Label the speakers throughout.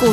Speaker 1: 股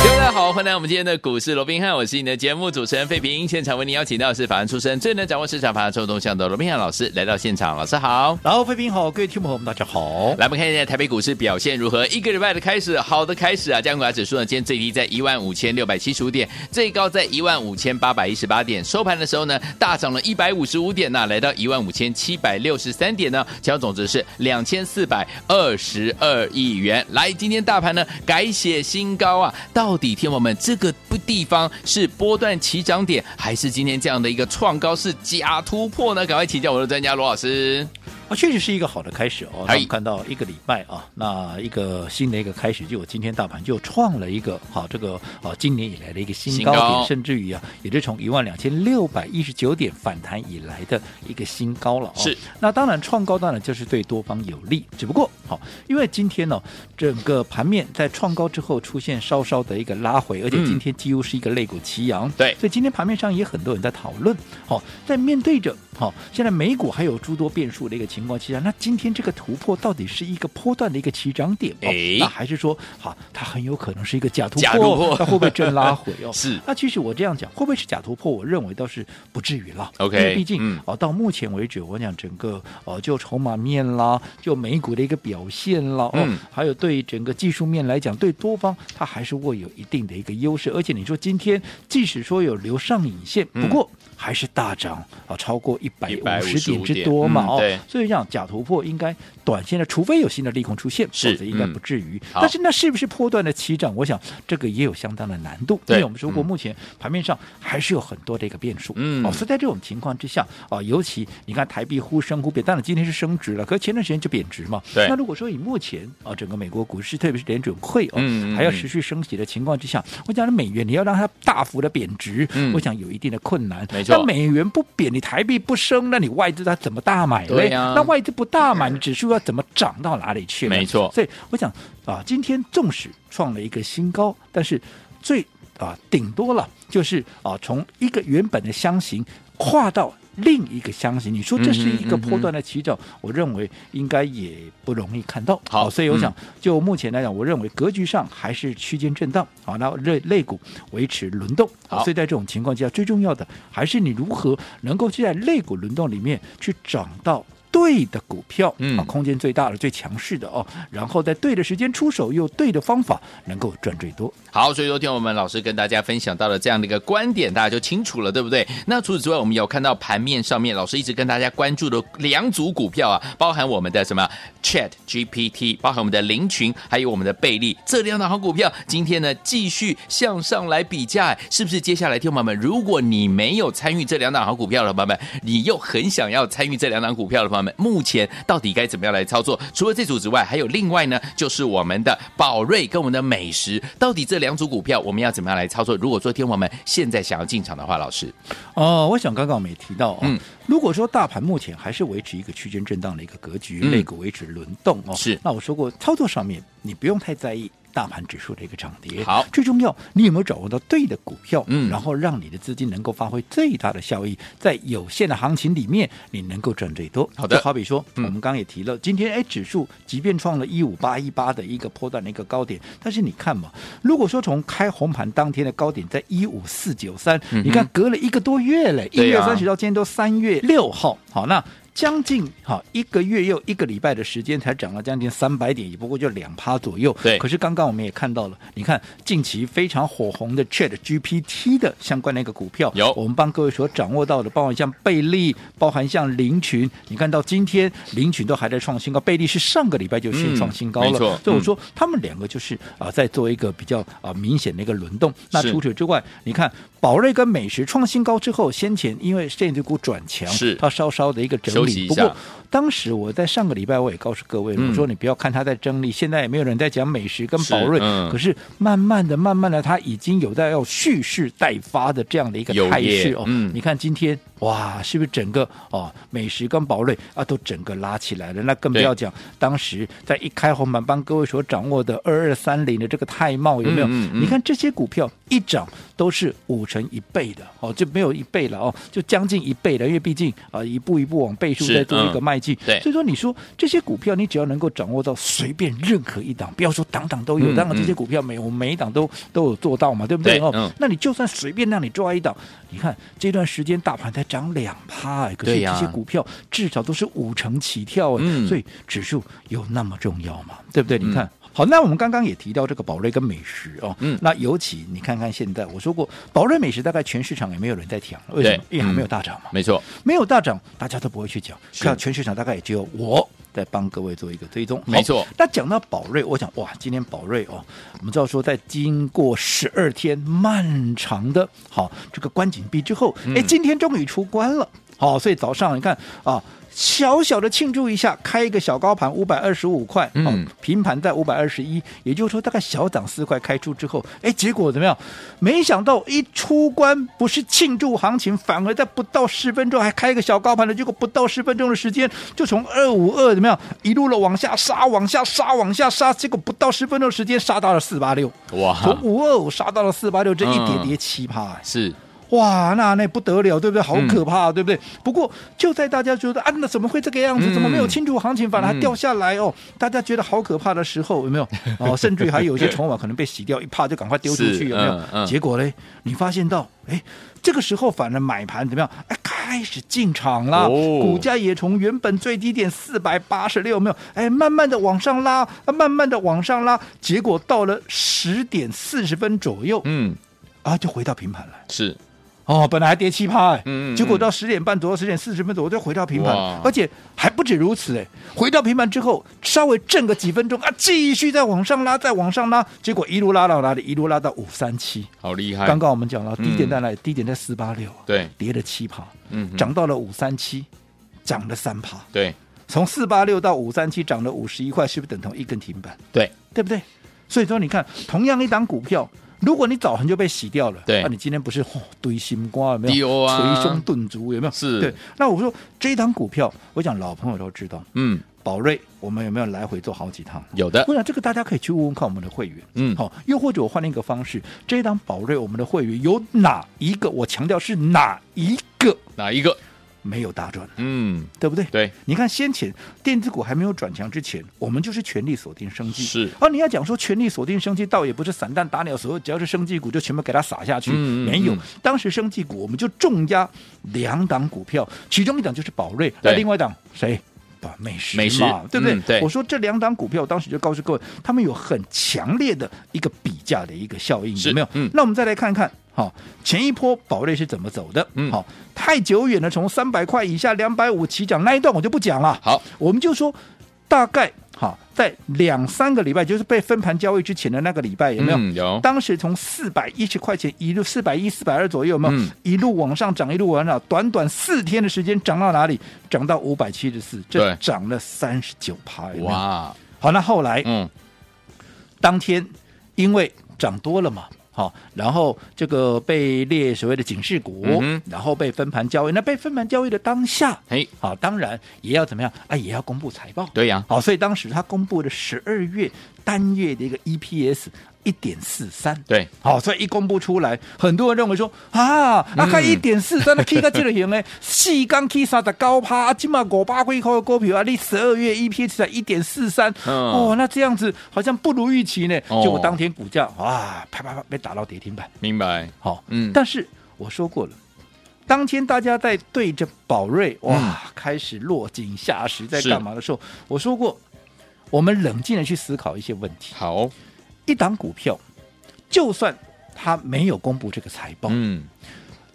Speaker 2: 各位大家好，欢迎来到我们今天的股市罗宾汉，我是你的节目主持人费平。现场为您邀请到的是法案出身、最能掌握市场法案臭动向的罗宾汉老师来到现场，老师好。
Speaker 3: 然后，飞兵好，各位听众朋友们，大家好。
Speaker 2: 来，我们看一下台北股市表现如何？一个礼拜的开始，好的开始啊！加权指数呢，今天最低在15,675点，最高在15,818点，收盘的时候呢，大涨了155点呐、来到15,763点呢，成交总值是2,422亿元。来，今天大盘呢改写新高啊！到底天王们这个不地方是波段起涨点，还是今天这样的一个创高是假突破呢？赶快请教我的专家罗老师。
Speaker 3: 啊，确实是一个好的开始
Speaker 2: 哎
Speaker 3: 哦。那我们看到一个礼拜啊，那一个新的一个开始，就我今天大盘就创了一个好、这个啊今年以来的一个新高点，
Speaker 2: 新高
Speaker 3: 甚至于啊，也是从一万两千六百一十九点反弹以来的一个新高了、哦。
Speaker 2: 是，
Speaker 3: 那当然创高当然就是对多方有利，只不过好、因为今天呢、整个盘面在创高之后出现稍稍的一个拉回，而且
Speaker 2: 嗯
Speaker 3: 今天几乎是一个肋骨齐扬。
Speaker 2: 对
Speaker 3: 所以今天盘面上也很多人在讨论，好、在面对着好、现在美股还有诸多变数的一个情况之下，那今天这个突破到底是一个波段的一个起涨点哦，
Speaker 2: 哎
Speaker 3: 那还是说好、它很有可能是一个假突破，
Speaker 2: 假突破？
Speaker 3: 那会不会真拉回哦
Speaker 2: 是
Speaker 3: 那其实我这样讲，会不会是假突破？我认为倒是不至于了。
Speaker 2: OK，
Speaker 3: 因为毕竟、
Speaker 2: 嗯
Speaker 3: 哦，到目前为止，我讲整个哦，就筹码面啦，就美股的一个表现啦，哦，
Speaker 2: 嗯
Speaker 3: 还有对整个技术面来讲，对多方它还是握有一定的一个优势。而且你说今天即使说有留上影线，
Speaker 2: 嗯
Speaker 3: 不过还是大涨啊、超过一百五
Speaker 2: 155
Speaker 3: 十点之多嘛，
Speaker 2: 点嗯
Speaker 3: 哦
Speaker 2: 对，
Speaker 3: 所以讲假突破应该短线的，除非有新的利空出现，
Speaker 2: 是
Speaker 3: 否则应该
Speaker 2: 嗯
Speaker 3: 不至于。
Speaker 2: 好
Speaker 3: 但是那是不是波段的起涨？我想这个也有相当的难度，
Speaker 2: 对
Speaker 3: 因为我们说过
Speaker 2: 嗯
Speaker 3: 目前盘面上还是有很多的一个变数，
Speaker 2: 嗯
Speaker 3: 哦，所以在这种情况之下，啊、尤其你看台币忽升忽贬，当然今天是升值了，可是前段时间就贬值嘛。
Speaker 2: 对
Speaker 3: 那如果说以目前啊、整个美国股市，特别是联准会哦，
Speaker 2: 嗯嗯
Speaker 3: 还要
Speaker 2: 嗯
Speaker 3: 持续升息的情况之下，我讲美元你要让它大幅的贬值，
Speaker 2: 嗯
Speaker 3: 我想有一定的困难。
Speaker 2: 没错
Speaker 3: 那美元不贬，你台币不升，那你外资它怎么大买嘞？
Speaker 2: 对呀嗯
Speaker 3: 那外资不大买，你指数要怎么涨到哪里去呢？
Speaker 2: 没错
Speaker 3: 所以我想啊，今天纵使创了一个新高，但是最啊顶多了就是啊从一个原本的箱型跨到。另一个箱型，你说这是一
Speaker 2: 嗯哼
Speaker 3: 个
Speaker 2: 嗯哼
Speaker 3: 波段的起涨，我认为应该也不容易看到。
Speaker 2: 好嗯
Speaker 3: 所以我想、就目前来讲，我认为格局上还是区间震荡。好，那类类股维持轮动。
Speaker 2: 好
Speaker 3: 所以在这种情况之下，最重要的还是你如何能够去在类股轮动里面去找到。对的股票，
Speaker 2: 嗯
Speaker 3: 啊，空间最大的、最强势的哦，然后在对的时间出手，用对的方法，能够赚最多。
Speaker 2: 好，所以昨天我们老师跟大家分享到了这样的一个观点，大家就清楚了，对不对？那除此之外，我们有看到盘面上面老师一直跟大家关注的两组股票啊，包含我们的什么 Chat GPT，包含我们的林群，还有我们的贝利这两档好股票，今天呢继续向上来比价，是不是？接下来，听众朋友们，如果你没有参与这两档好股票的朋友们，你又很想要参与这两档股票的朋友们，目前到底该怎么样来操作？除了这组之外，还有另外呢，就是我们的宝瑞跟我们的美食，到底这两组股票我们要怎么样来操作？如果说听众朋友们现在想要进场的话，老师，
Speaker 3: 哦，我想刚刚我们也提到哦，
Speaker 2: 嗯
Speaker 3: 如果说大盘目前还是维持一个区间震荡的一个格局，
Speaker 2: 嗯
Speaker 3: 类股维持轮动哦，
Speaker 2: 是
Speaker 3: 那我说过，操作上面你不用太在意。大盘指数的一个涨跌，
Speaker 2: 好
Speaker 3: 最重要，你有没有掌握到对的股票？
Speaker 2: 嗯
Speaker 3: 然后让你的资金能够发挥最大的效益，在有限的行情里面，你能够赚最多。
Speaker 2: 好的
Speaker 3: 就好比说，
Speaker 2: 嗯
Speaker 3: 我们刚刚也提了，今天哎，指数即便创了一五八一八的一个波段的一个高点，但是你看嘛，如果说从开红盘当天的高点在一五四九三，
Speaker 2: 嗯哼
Speaker 3: 你看隔了一个多月嘞，一
Speaker 2: 对
Speaker 3: 月
Speaker 2: 呀
Speaker 3: 三十到今天都三月六号，好那。将近好一个月又一个礼拜的时间，才涨了将近三百点，也不过就两趴左右。
Speaker 2: 对
Speaker 3: 可是刚刚我们也看到了，你看近期非常火红的 Chat GPT 的相关的一个股票，
Speaker 2: 有
Speaker 3: 我们帮各位所掌握到的，包含像贝利，包含像林群，你看到今天林群都还在创新高，贝利是上个礼拜就
Speaker 2: 嗯
Speaker 3: 先创新高了。
Speaker 2: 没错
Speaker 3: 所以我
Speaker 2: 嗯
Speaker 3: 说他们两个就是啊、在做一个比较啊、明显的一个轮动。那
Speaker 2: 是
Speaker 3: 除此之外，你看宝瑞跟美食创新高之后，先前因为电子股转强，
Speaker 2: 是
Speaker 3: 它稍稍的一个整
Speaker 2: 休
Speaker 3: 理。
Speaker 2: 息一
Speaker 3: 不
Speaker 2: 下
Speaker 3: 过当时我在上个礼拜我也告诉各位，
Speaker 2: 嗯
Speaker 3: 我说你不要看它在整理，现在也没有人在讲美食跟
Speaker 2: 是
Speaker 3: 宝瑞，
Speaker 2: 嗯
Speaker 3: 可是慢慢的、慢慢的，它已经有在要蓄势待发的这样的一个
Speaker 2: 有
Speaker 3: 态
Speaker 2: 耶
Speaker 3: 势哦。
Speaker 2: 嗯
Speaker 3: 你看今天哇，是不是整个哦美食跟宝瑞啊都整个拉起来了？那更不
Speaker 2: 对
Speaker 3: 要讲当时在一开红盘帮各位所掌握的二二三零的这个泰茂有没有？
Speaker 2: 嗯嗯嗯
Speaker 3: 你看这些股票一涨都是五成一倍的哦，就没有一倍了哦，就将近一倍了，因为毕竟啊、一步一步往倍数
Speaker 2: 是
Speaker 3: 在做一个
Speaker 2: 嗯
Speaker 3: 迈进。
Speaker 2: 对
Speaker 3: 所以说你说这些股票，你只要能够掌握到随便任何一档，不要说档档都有，
Speaker 2: 嗯
Speaker 3: 当然这
Speaker 2: 嗯
Speaker 3: 些股票每我们每一档都都有做到嘛，对不对？
Speaker 2: 对
Speaker 3: 哦，
Speaker 2: 嗯
Speaker 3: 那你就算随便让你抓一档，你看这段时间大盘才涨两趴，哎可是
Speaker 2: 对呀
Speaker 3: 这些股票至少都是五成起跳哎，
Speaker 2: 嗯
Speaker 3: 所以指数有那么重要吗？对不对？你看。好，那我们刚刚也提到这个宝瑞跟美食哦，
Speaker 2: 嗯
Speaker 3: 那尤其你看看现在，我说过宝瑞美食大概全市场也没有人在讲了，为什么？
Speaker 2: 对
Speaker 3: 因为还没
Speaker 2: 嗯
Speaker 3: 有大涨嘛，
Speaker 2: 没错，
Speaker 3: 没有大涨，大家都不会去讲。
Speaker 2: 是
Speaker 3: 看全市场大概也只有我在帮各位做一个追踪，好
Speaker 2: 没错
Speaker 3: 那讲到宝瑞，我想哇，今天宝瑞哦，我们知道说在经过十二天漫长的好这个关紧闭之后，
Speaker 2: 嗯
Speaker 3: 哎、今天终于出关了。好，所以早上你看啊。小小的庆祝一下，开一个小高盘五百二十五块，
Speaker 2: 嗯
Speaker 3: 好平盘在五百二十一，也就是说大概小涨四块开出之后，哎，结果怎么样？没想到一出关不是庆祝行情，反而在不到十分钟还开一个小高盘的，结果不到十分钟的时间就从二五二怎么样一路的往下杀，往下杀，往下杀，结果不到十分钟的时间杀到了四八六，从
Speaker 2: 哇，
Speaker 3: 五二五杀到了四八六，这一
Speaker 2: 嗯
Speaker 3: 跌跌七趴。哎
Speaker 2: 是
Speaker 3: 哇，那那不得了，对不对？好
Speaker 2: 嗯
Speaker 3: 可怕，对不对？不过就在大家觉得啊，那怎么会这个样子？
Speaker 2: 嗯
Speaker 3: 怎么没有庆祝行情，反而还
Speaker 2: 嗯
Speaker 3: 掉下来哦？大家觉得好可怕的时候，有没有？ 哦，甚至于还有一些筹码可能被洗掉，一怕就赶快丢出
Speaker 2: 是
Speaker 3: 去，有没有？
Speaker 2: 嗯嗯
Speaker 3: 结果嘞，你发现到，哎，这个时候反而买盘怎么样？哎，开始进场了，
Speaker 2: 哦
Speaker 3: 股价也从原本最低点四百八十六，有没有？哎，慢慢的往上拉，啊慢慢的往上拉，结果到了十点四十分左右，
Speaker 2: 嗯
Speaker 3: 啊，就回到平盘了。
Speaker 2: 是
Speaker 3: 哦，本来还跌七趴，哎、
Speaker 2: 嗯嗯
Speaker 3: 结果
Speaker 2: 嗯
Speaker 3: 到十点半左右，十点四十分左右就回到平盘
Speaker 2: 哇，
Speaker 3: 而且还不止如此，哎，回到平盘之后，稍微震个几分钟啊，继续再往上拉，再往上拉，结果一路拉到哪里？一路拉到五三七。
Speaker 2: 好厉害，
Speaker 3: 刚刚我们讲了，低点
Speaker 2: 哎嗯
Speaker 3: 在哪里？低点在四八六，啊
Speaker 2: 对
Speaker 3: 跌了七趴，
Speaker 2: 嗯哼
Speaker 3: 涨到了五三七，涨了三趴，
Speaker 2: 对
Speaker 3: 从四八六到五三七涨了五十一块，是不是等同一根停板？
Speaker 2: 对
Speaker 3: 对不对？所以说，你看，同样一档股票，如果你早很就被洗掉了，
Speaker 2: 对
Speaker 3: 那、你今天不是、哦、堆心瓜有没
Speaker 2: 对
Speaker 3: 有？
Speaker 2: 哦啊
Speaker 3: 捶胸顿足有没有？
Speaker 2: 是
Speaker 3: 对。那我说这一档股票，我讲老朋友都知道，
Speaker 2: 嗯
Speaker 3: 宝瑞，我们有没有来回做好几趟？
Speaker 2: 有的
Speaker 3: 我想这个大家可以去问问看我们的会员，
Speaker 2: 嗯
Speaker 3: 好、又或者我换另一个方式，这一档宝瑞，我们的会员有哪一个？我强调是哪一个
Speaker 2: 哪一个
Speaker 3: 没有大赚的，
Speaker 2: 嗯
Speaker 3: 对不对？
Speaker 2: 对
Speaker 3: 你看先前电子股还没有转强之前，我们就是全力锁定生机。
Speaker 2: 是
Speaker 3: 而你要讲说全力锁定生机，倒也不是散弹打鸟，所有只要是生技股就全部给它撒下去，
Speaker 2: 嗯嗯
Speaker 3: 没有
Speaker 2: 嗯。
Speaker 3: 当时生技股我们就重压两档股票，其中一档就是宝瑞，啊
Speaker 2: 对
Speaker 3: 那另外一档谁？把美食
Speaker 2: 美食
Speaker 3: 嘛对不对？
Speaker 2: 嗯对
Speaker 3: 我说这两档股票，当时就告诉各位，他们有很强烈的一个比价的一个效应，
Speaker 2: 是
Speaker 3: 有没有？
Speaker 2: 嗯
Speaker 3: 那我们再来看看，好、前一波宝瑞是怎么走的？
Speaker 2: 嗯
Speaker 3: 好、太久远了，从三百块以下两百五起涨那一段我就不讲了。
Speaker 2: 好
Speaker 3: 我们就说大概哈，在两三个礼拜，就是被分盘交易之前的那个礼拜，有没有？
Speaker 2: 嗯有
Speaker 3: 当时从四百一十块钱一路四百一、四百二左右，有没有？
Speaker 2: 嗯
Speaker 3: 一路往上涨，一路往上涨，短短四天的时间涨到哪里？涨到五百七十四，这
Speaker 2: 对
Speaker 3: 涨了三十九趴。有没有！
Speaker 2: 哇
Speaker 3: 好，那后来、
Speaker 2: 嗯
Speaker 3: 当天因为涨多了嘛。好，然后这个被列所谓的警示股，
Speaker 2: 嗯哼
Speaker 3: 然后被分盘交易。那被分盘交易的当下，
Speaker 2: 嘿
Speaker 3: 好，当然也要怎么样啊？也要公布财报。
Speaker 2: 对呀
Speaker 3: 好，所以当时他公布的十二月单月的一个 EPS 一点四三，
Speaker 2: 对
Speaker 3: 好，所以一公布出来，很多人认为说啊，
Speaker 2: 嗯
Speaker 3: 啊，看一点四三的 K 个这个型呢，细刚 K 三十高趴，啊，今嘛五百几块的股票啊，你十二月 EPS 才一点四三，
Speaker 2: 嗯
Speaker 3: 哦，那这样子好像不如预期呢，
Speaker 2: 哦
Speaker 3: 结果当天股价啊，啪啪啪被打到跌停板，
Speaker 2: 明白
Speaker 3: 好、
Speaker 2: 嗯
Speaker 3: 但是我说过了。当天大家在对着宝瑞哇、
Speaker 2: 嗯
Speaker 3: 开始落井下石，在
Speaker 2: 是
Speaker 3: 干嘛的时候，我说过，我们冷静的去思考一些问题。
Speaker 2: 好
Speaker 3: 一档股票，就算它没有公布这个财报，
Speaker 2: 嗯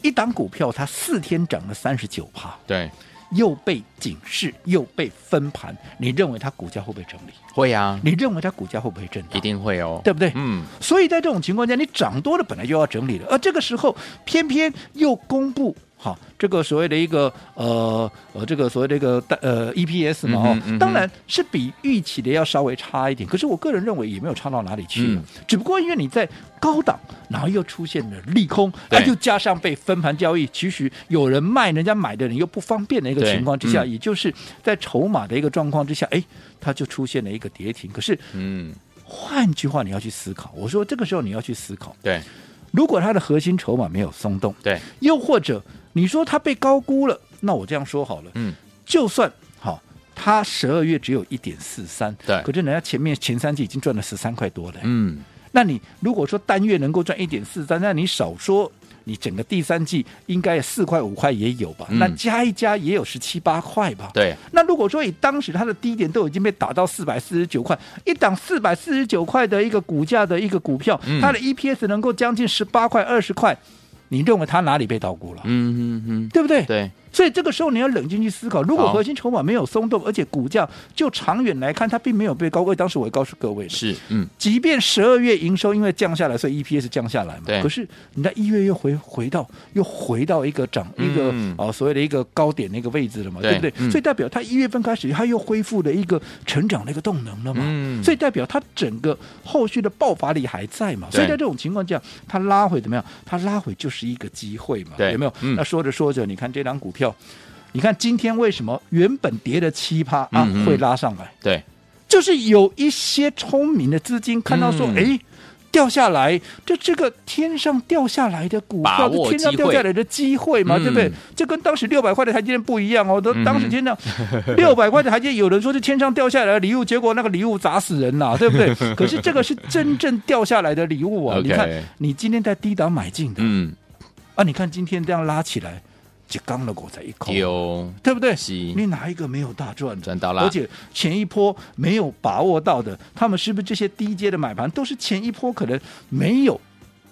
Speaker 3: 一档股票它四天涨了三十九趴，
Speaker 2: 对
Speaker 3: 又被警示，又被分盘，你认为它股价会不会整理？
Speaker 2: 会呀
Speaker 3: 你认为它股价会不会震荡？
Speaker 2: 一定会哦
Speaker 3: 对不对？
Speaker 2: 嗯
Speaker 3: 所以在这种情况下，你涨多了本来就要整理了，而这个时候偏偏又公布。好，这个所谓的一个呃呃，这个所谓的一个呃 EPS 嘛，哦
Speaker 2: 嗯哼，嗯哼
Speaker 3: 当然是比预期的要稍微差一点，可是我个人认为也没有差到哪里去，啊
Speaker 2: 嗯
Speaker 3: 只不过因为你在高档，然后又出现了利空，
Speaker 2: 对
Speaker 3: 啊，又加上被分盘交易，其实有人卖，人家买的人又不方便的一个
Speaker 2: 对
Speaker 3: 情况之下，
Speaker 2: 嗯
Speaker 3: 也就是在筹码的一个状况之下，哎，它就出现了一个跌停。可是
Speaker 2: 嗯，
Speaker 3: 换句话，你要去思考，我说这个时候你要去思考，
Speaker 2: 对
Speaker 3: 如果它的核心筹码没有松动，
Speaker 2: 对，
Speaker 3: 又或者你说它被高估了，那我这样说好了，
Speaker 2: 嗯，
Speaker 3: 就算好，它十二月只有一点四三，
Speaker 2: 对
Speaker 3: 可是人家前面前三季已经赚了十三块多了，
Speaker 2: 嗯，
Speaker 3: 那你如果说单月能够赚一点四三，那你少说。你整个第三季应该四块五块也有吧，
Speaker 2: 嗯
Speaker 3: 那加一加也有十七八块吧。
Speaker 2: 对，
Speaker 3: 那如果说以当时它的低点都已经被打到四百四十九块，一档四百四十九块的一个股价的一个股票，
Speaker 2: 嗯
Speaker 3: 它的 EPS 能够将近十八块二十块，你认为它哪里被高估了？
Speaker 2: 嗯嗯嗯，
Speaker 3: 对不对？
Speaker 2: 对，
Speaker 3: 所以这个时候你要冷静去思考，如果
Speaker 2: 好
Speaker 3: 核心筹码没有松动，而且股价就长远来看它并没有被高估，因为当时我也告诉各位的，
Speaker 2: 是，嗯，
Speaker 3: 即便十二月营收因为降下来，所以 EPS 降下来嘛
Speaker 2: 对。
Speaker 3: 可是你在一月又回回到又回到一个涨、
Speaker 2: 嗯
Speaker 3: 一个哦、所谓的一个高点那个位置了嘛，
Speaker 2: 对
Speaker 3: 对不对？
Speaker 2: 嗯
Speaker 3: 所以代表它一月份开始它又恢复了一个成长的一个动能了嘛。
Speaker 2: 嗯
Speaker 3: 所以代表它整个后续的爆发力还在嘛。
Speaker 2: 对
Speaker 3: 所以在这种情况下，它拉回怎么样？它拉回就是一个机会嘛，
Speaker 2: 对
Speaker 3: 有没有？
Speaker 2: 嗯
Speaker 3: 那说着说着，你看这张股票。你看今天为什么原本跌了七趴啊
Speaker 2: 嗯嗯
Speaker 3: 会拉上来？
Speaker 2: 对，
Speaker 3: 就是有一些聪明的资金看到说，
Speaker 2: 嗯
Speaker 3: 哎、掉下来，这这个天上掉下来的股
Speaker 2: 把
Speaker 3: 票，
Speaker 2: 握
Speaker 3: 这天上
Speaker 2: 机会
Speaker 3: 掉下来的机会嘛，
Speaker 2: 嗯
Speaker 3: 对不对？这跟当时六百块的台积电不一样哦，都
Speaker 2: 嗯哼
Speaker 3: 当时 天上六百块的台积电，有人说是天上掉下来的礼物，结果那个礼物砸死人啦、对不 对？可是这个是真正掉下来的礼物啊！
Speaker 2: OK
Speaker 3: 你看，你今天在低档买进的、
Speaker 2: 嗯，
Speaker 3: 啊，你看今天这样拉起来，就刚了狗在一口，
Speaker 2: 有
Speaker 3: 对不对？
Speaker 2: 是
Speaker 3: 你哪一个没有大赚的？
Speaker 2: 赚到啦
Speaker 3: 而，且前一波没有把握到的，他们是不是这些低阶的买盘都是前一波可能没有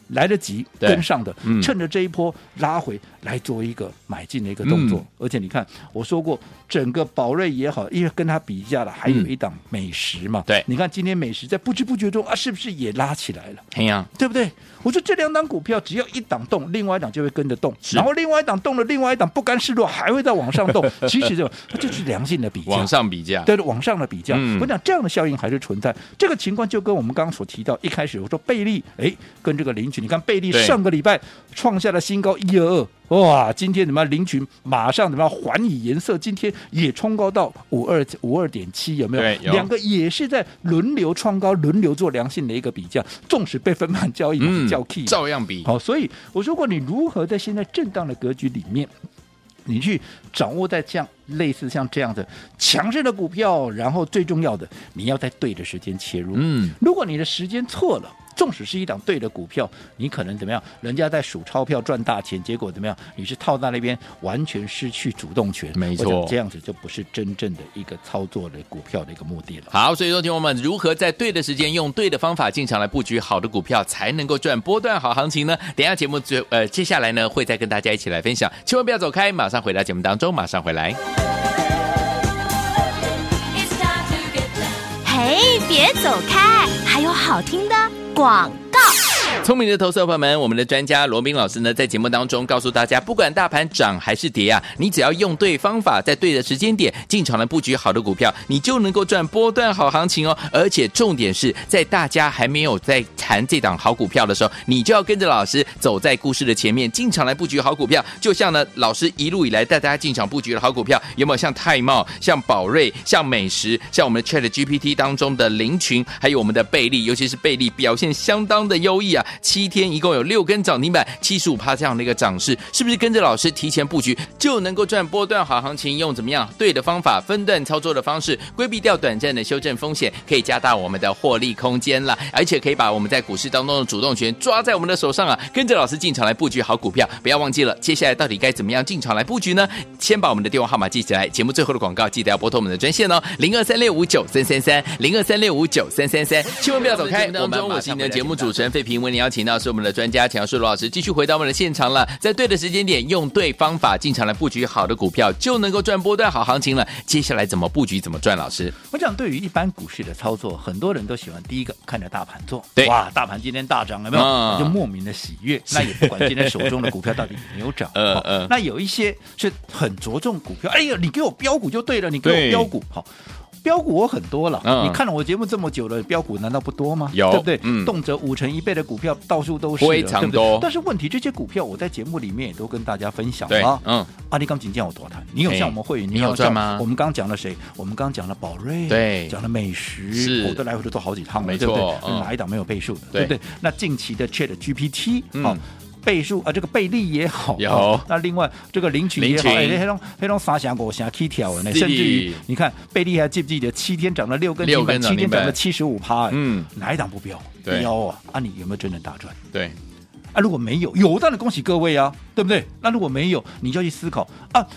Speaker 3: 来得及
Speaker 2: 对
Speaker 3: 跟上的，
Speaker 2: 嗯
Speaker 3: 趁着这一波拉回来做一个买进的一个动作。
Speaker 2: 嗯
Speaker 3: 而且你看，我说过，整个宝瑞也好，因为跟它比价了，还有一档美食嘛。
Speaker 2: 对
Speaker 3: 你看今天美食在不知不觉中啊，是不是也拉起来了？
Speaker 2: 哎呀，
Speaker 3: 对不对？我说这两档股票只要一档动，另外一档就会跟着动，
Speaker 2: 是
Speaker 3: 然后另外一档动了，另外一档不甘示弱，还会再往上动。其实这就是 良性的比较
Speaker 2: 往。上比价，
Speaker 3: 对往上的比较，
Speaker 2: 嗯
Speaker 3: 我讲这样的效应还是存在。这个情况就跟我们刚刚所提到，一开始我说贝利，哎，跟这个林群，你看贝利
Speaker 2: 对
Speaker 3: 上个礼拜创下了新高一二二，哇，今天怎么样林群马上怎么样还以颜色，今天也冲高到五二五二点七，有没有？
Speaker 2: 对有
Speaker 3: 两个也是在轮流创高，轮流做良性的一个比较，纵使被分盘
Speaker 2: 嗯
Speaker 3: 交易，也是叫 key 嘛。
Speaker 2: 照样比，
Speaker 3: 好，所以我说过，你如何在现在震荡的格局里面，你去掌握在像类似像这样的强势的股票，然后最重要的，你要在对的时间切入。
Speaker 2: 嗯，
Speaker 3: 如果你的时间错了。纵使是一档对的股票，你可能怎么样？人家在数钞票赚大钱，结果怎么样？你是套在那边，完全失去主动权。
Speaker 2: 没
Speaker 3: 我想
Speaker 2: 错
Speaker 3: 这样子就不是真正的一个操作的股票的一个目的了。
Speaker 2: 好，所以说，听我们如何在对的时间用对的方法进场来布局好的股票，才能够赚波段好行情呢？等一下节目最呃接下来呢会再跟大家一起来分享，千万不要走开，马上回到节目当中，马上回来。
Speaker 1: 嘿，别走开，还有好听的广告。
Speaker 2: 聪明的投资者朋友们，我们的专家罗斌老师呢，在节目当中告诉大家，不管大盘涨还是跌啊，你只要用对方法，在对的时间点进场来布局好的股票，你就能够赚波段好行情哦。而且重点是在大家还没有在谈这档好股票的时候，你就要跟着老师走在故事的前面，进场来布局好股票。就像呢，老师一路以来带大家进场布局的好股票，有没有像泰茂、像宝瑞、像美食、像我们的 Chat GPT 当中的林群，还有我们的贝利，尤其是贝利表现相当的优异啊，七天一共有六根涨停板，七十五趴这样的一个涨势，是不是跟着老师提前布局就能够赚波段好行情？用怎么样对的方法、分段操作的方式，规避掉短暂的修正风险，可以加大我们的获利空间啦，而且可以把我们在股市当中的主动权抓在我们的手上啊，跟着老师进场来布局好股票。不要忘记了，接下来到底该怎么样进场来布局呢？先把我们的电话号码记起来，节目最后的广告记得要拨通我们的专线哦，零二三六五九三三三，零二三六五九三三三，千万不要走开。我们我是你的节目主持人费平，为您邀。邀请到是我们的专家强硕罗老师，继续回到我们的现场了。在对的时间点，用对方法进场来布局好的股票，就能够赚波段好行情了。接下来怎么布局，怎么赚，老师？
Speaker 3: 我讲对于一般股市的操作，很多人都喜欢第一个看着大盘做，
Speaker 2: 对
Speaker 3: 哇，大盘今天大涨有没有？
Speaker 2: 嗯
Speaker 3: 我就莫名的喜悦。那也不管今天手中的股票到底有 没有涨，
Speaker 2: 呃
Speaker 3: 好
Speaker 2: 呃
Speaker 3: 那有一些是很着重股票，哎呀，你给我标股就对了，你给我
Speaker 2: 对
Speaker 3: 标股好。标股我很多了，
Speaker 2: 嗯
Speaker 3: 你看了我节目这么久了，标股难道不多吗？
Speaker 2: 有
Speaker 3: 对不对？
Speaker 2: 嗯
Speaker 3: 动辄五成一倍的股票到处都是了，
Speaker 2: 非常
Speaker 3: 对不对
Speaker 2: 多
Speaker 3: 但是问题，这些股票我在节目里面也都跟大家分享
Speaker 2: 对
Speaker 3: 了，。
Speaker 2: 嗯，
Speaker 3: 阿里钢琴见我多谈，你有
Speaker 2: 嘿
Speaker 3: 像我们会员，
Speaker 2: 你有
Speaker 3: 像
Speaker 2: 赚吗
Speaker 3: 我们刚讲了谁？我们刚讲了宝瑞，
Speaker 2: 对
Speaker 3: 讲了美食，
Speaker 2: 是
Speaker 3: 我都来回都做好几趟
Speaker 2: 没
Speaker 3: 了，对不对
Speaker 2: 错？嗯
Speaker 3: 哪一档没有倍数的，
Speaker 2: 对
Speaker 3: 对不对？那近期的 Chat GPT，
Speaker 2: 嗯
Speaker 3: 好。倍数哦啊，这个倍利也好，
Speaker 2: 有
Speaker 3: 哦那另外这个领取也好，
Speaker 2: 领取
Speaker 3: 哎，黑龙黑龙啥想我想 K 条呢，
Speaker 2: 是
Speaker 3: 甚至于你看贝利还记不记得七天涨了六根
Speaker 2: 六
Speaker 3: 停
Speaker 2: 根
Speaker 3: 板，
Speaker 2: 涨
Speaker 3: 七天涨
Speaker 2: 停板
Speaker 3: 了七十五趴，哎
Speaker 2: 嗯，
Speaker 3: 哪一档不飙？
Speaker 2: 对
Speaker 3: 飙啊！啊，你有没有真正大赚？
Speaker 2: 对，
Speaker 3: 啊，如果没有，有当然恭喜各位啊，对不对？那如果没有，你就要去思考啊，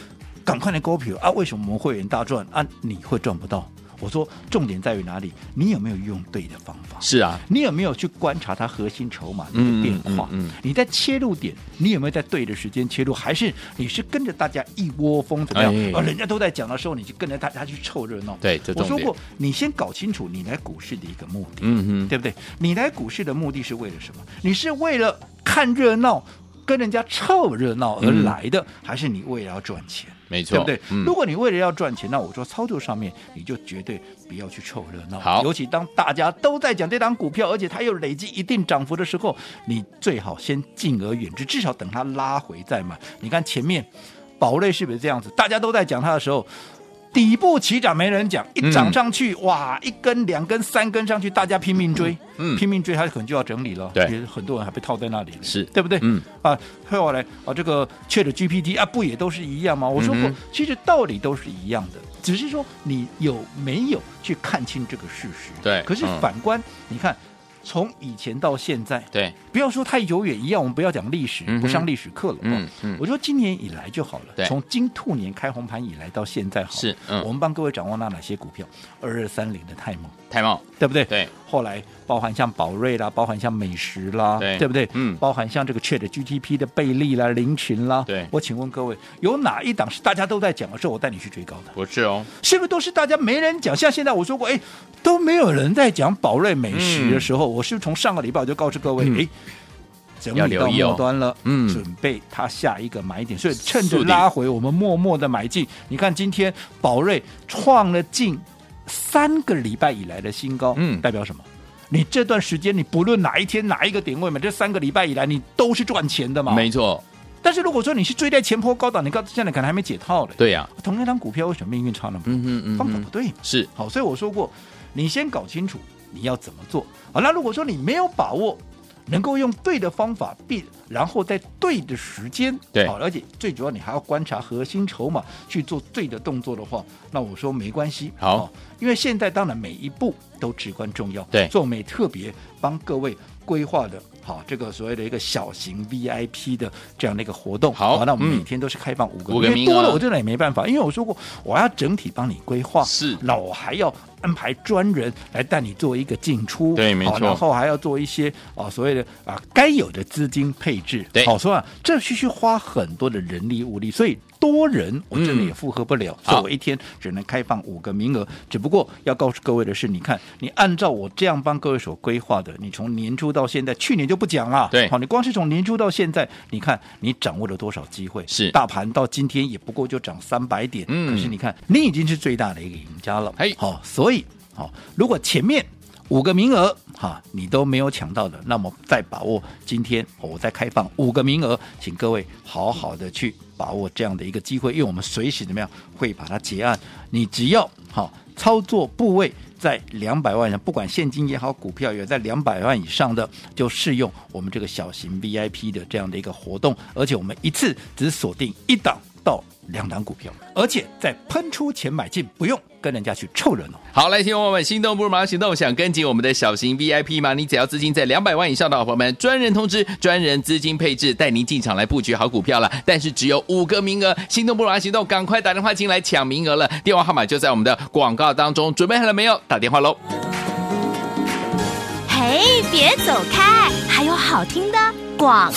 Speaker 3: 赶快来勾票啊，为什么我们会员大赚啊？你会赚不到？我说重点在于哪里？你有没有用对的方法？
Speaker 2: 是啊，
Speaker 3: 你有没有去观察它核心筹码的一个变化？
Speaker 2: 嗯嗯嗯嗯
Speaker 3: 你在切入点，你有没有在对的时间切入？还是你是跟着大家一窝蜂怎么样？
Speaker 2: 哎
Speaker 3: 啊，人家都在讲的时候，你就跟着大家去凑热闹？
Speaker 2: 对这
Speaker 3: 我说
Speaker 2: 重点
Speaker 3: 过，你先搞清楚你来股市的一个目的。
Speaker 2: 嗯哼，
Speaker 3: 对不对？你来股市的目的是为了什么？你是为了看热闹，跟人家凑热闹而来的，还是你为了要赚钱？
Speaker 2: 没错，
Speaker 3: 对不对？
Speaker 2: 嗯
Speaker 3: 如，果你为了要赚钱，那我说操作上面你就绝对不要去凑热闹。
Speaker 2: 好
Speaker 3: 尤其当大家都在讲这档股票，而且它又累积一定涨幅的时候，你最好先敬而远之，至少等它拉回再买。你看前面宝瑞是不是这样子？大家都在讲它的时候。底部起涨没人讲，一涨上去、哇，一根、两根、三根上去，大家拼命追，
Speaker 2: 嗯
Speaker 3: 拼命追，它可能就要整理了。
Speaker 2: 对
Speaker 3: 也很多人还被套在那里了，
Speaker 2: 是
Speaker 3: 对不对？
Speaker 2: 嗯，
Speaker 3: 啊，后来啊，这个 Chat GPT 啊，不也都是一样吗？我说过，
Speaker 2: 嗯哼
Speaker 3: 其实道理都是一样的，只是说你有没有去看清这个事实。
Speaker 2: 对
Speaker 3: 可是
Speaker 2: 嗯
Speaker 3: 反观，你看，从以前到现在，
Speaker 2: 对，
Speaker 3: 不要说太久远，一样我们不要讲历史，
Speaker 2: 嗯哼
Speaker 3: 不上历史课了。
Speaker 2: 嗯
Speaker 3: 嗯
Speaker 2: 嗯
Speaker 3: 我说今年以来就好
Speaker 2: 对
Speaker 3: 了，从金兔年开红盘以来到现在好了，
Speaker 2: 是嗯
Speaker 3: 我们帮各位掌握到哪些股票？二二三零的泰蒙，
Speaker 2: 太茂，
Speaker 3: 对不对？
Speaker 2: 对，
Speaker 3: 后来包含像宝瑞啦，包含像美食啦，
Speaker 2: 对
Speaker 3: 不对？
Speaker 2: 嗯
Speaker 3: 包含像这个 Chat GTP 的贝利啦、林群啦，
Speaker 2: 对
Speaker 3: 我请问各位，有哪一档是大家都在讲的时候，我带你去追高的？
Speaker 2: 不是哦，
Speaker 3: 是不是都是大家没人讲？像现在我说过，哎，都没有人在讲宝瑞美食的时候，我是不是从上个礼拜我就告知各位，
Speaker 2: 嗯
Speaker 3: 哎、整
Speaker 2: 要
Speaker 3: 理
Speaker 2: 留
Speaker 3: 到
Speaker 2: 意哦
Speaker 3: 末端了，
Speaker 2: 嗯
Speaker 3: 准备它下一个买点，所以趁
Speaker 2: 速
Speaker 3: 着
Speaker 2: 底
Speaker 3: 拉回，我们默默的买进。你看今天宝瑞创了近三个礼拜以来的新高，
Speaker 2: 嗯
Speaker 3: 代表什么？你这段时间，你不论哪一天哪一个点位嘛，这三个礼拜以来，你都是赚钱的嘛。
Speaker 2: 没错，
Speaker 3: 但是如果说你是追在前坡高档，你告现在可能还没解套嘞。
Speaker 2: 对呀、
Speaker 3: 同样，当股票为什么命运差那么多？
Speaker 2: 嗯哼嗯
Speaker 3: 方法不
Speaker 2: 哼，
Speaker 3: 对嘛。
Speaker 2: 是，
Speaker 3: 好，所以我说过，你先搞清楚你要怎么做。好，那如果说你没有把握，能够用对的方法，必然后在对的时间，
Speaker 2: 对
Speaker 3: 好，而且最主要你还要观察核心筹码去做对的动作的话，那我说没关系，
Speaker 2: 好
Speaker 3: 哦因为现在当然每一步都至关重要，
Speaker 2: 对
Speaker 3: 所以我们也特别帮各位规划的。好，这个所谓的一个小型 VIP 的这样的一个活动，
Speaker 2: 好
Speaker 3: 那我们
Speaker 2: 嗯
Speaker 3: 每天都是开放五个，
Speaker 2: 五个
Speaker 3: 因
Speaker 2: 名
Speaker 3: 为
Speaker 2: 额
Speaker 3: 多了我真的也没办法，因为我说过我要整体帮你规划，
Speaker 2: 是
Speaker 3: 那我还要安排专人来带你做一个进出，
Speaker 2: 对没
Speaker 3: 好
Speaker 2: 错
Speaker 3: 然后还要做一些啊所谓的啊该有的资金配置，
Speaker 2: 对
Speaker 3: 好，所以啊这必须花很多的人力物力，所以多人我真的
Speaker 2: 嗯
Speaker 3: 也负荷不了，
Speaker 2: 好
Speaker 3: 所以我一天只能开放五个名额。只不过要告诉各位的是，你看你按照我这样帮各位所规划的，你从年初到现在，去年就不讲了，
Speaker 2: 对
Speaker 3: 好，你光是从年初到现在，你看你掌握了多少机会？
Speaker 2: 是
Speaker 3: 大盘到今天也不过就涨三百点，
Speaker 2: 嗯
Speaker 3: 可是你看你已经是最大的一个赢家了，
Speaker 2: 嘿
Speaker 3: 好、所以好、如果前面五个名额哈、你都没有抢到的，那么再把握今天、哦我再开放五个名额，请各位好好的去把握这样的一个机会，因为我们随时怎么样会把它结案，你只要好、操作部位。在两百万以上，不管现金也好，股票也好在两百万以上的，就适用我们这个小型 VIP 的这样的一个活动，而且我们一次只锁定一档到两档股票，而且在喷出前买进，不用跟人家去凑热闹。
Speaker 2: 好，来，听众朋友们，心动不如马上行动，想跟紧我们的小型 VIP 吗？你只要资金在两百万以上的好朋友们，专人通知，专人资金配置，带您进场来布局好股票了。但是只有五个名额，心动不如马上行动，赶快打电话进来抢名额了。电话号码就在我们的广告当中，准备好了没有？打电话喽。
Speaker 1: 嘿，别走开，还有好听的广告。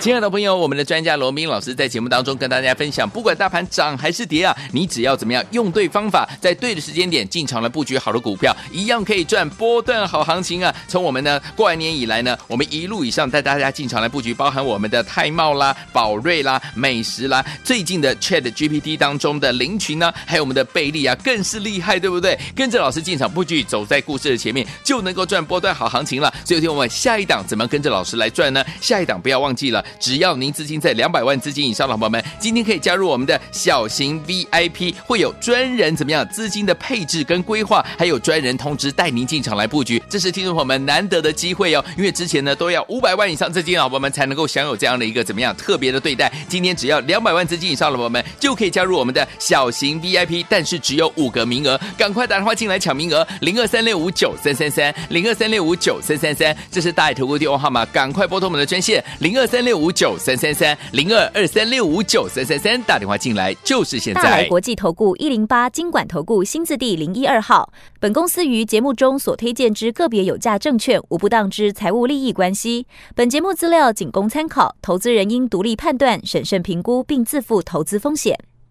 Speaker 2: 亲爱的朋友，我们的专家罗明老师在节目当中跟大家分享，不管大盘涨还是跌啊，你只要怎么样用对方法，在对的时间点进场来布局好的股票，一样可以赚波段好行情啊！从我们呢过完年以来呢，我们一路以上带大家进场来布局，包含我们的泰茂啦、宝瑞啦、美食啦，最近的 Chat GPT 当中的林群呢、还有我们的贝利啊，更是厉害，对不对？跟着老师进场布局，走在故事的前面，就能够赚波段好行情了。所以，听我们下一档怎么跟着老师来赚呢？下一档不要忘记了，只要您资金在两百万资金以上的朋友们，今天可以加入我们的小型 VIP，会有专人怎么样资金的配置跟规划，还有专人通知带您进场来布局，这是听众朋友们难得的机会哦。因为之前呢都要五百万以上资金的好朋友们才能够享有这样的一个怎么样特别的对待，今天只要两百万资金以上的朋友们就可以加入我们的小型 VIP，但是只有五个名额，赶快打电话进来抢名额，零二三六五九三三三，零二三六五九三三三，这是大爱投顾电话号码，赶快拨通我们的专线零二三六五九三三三，零二二三六五九三三三，打电话进来就是现
Speaker 4: 大来
Speaker 2: 在。
Speaker 4: 国际投顾一零八金管投顾新字第零一二号。本公司于节目中所推荐之个别有价证券，无不当之财务利益关系。本节目资料仅供参考，投资人应独立判断、审慎评估，并自负投资风险。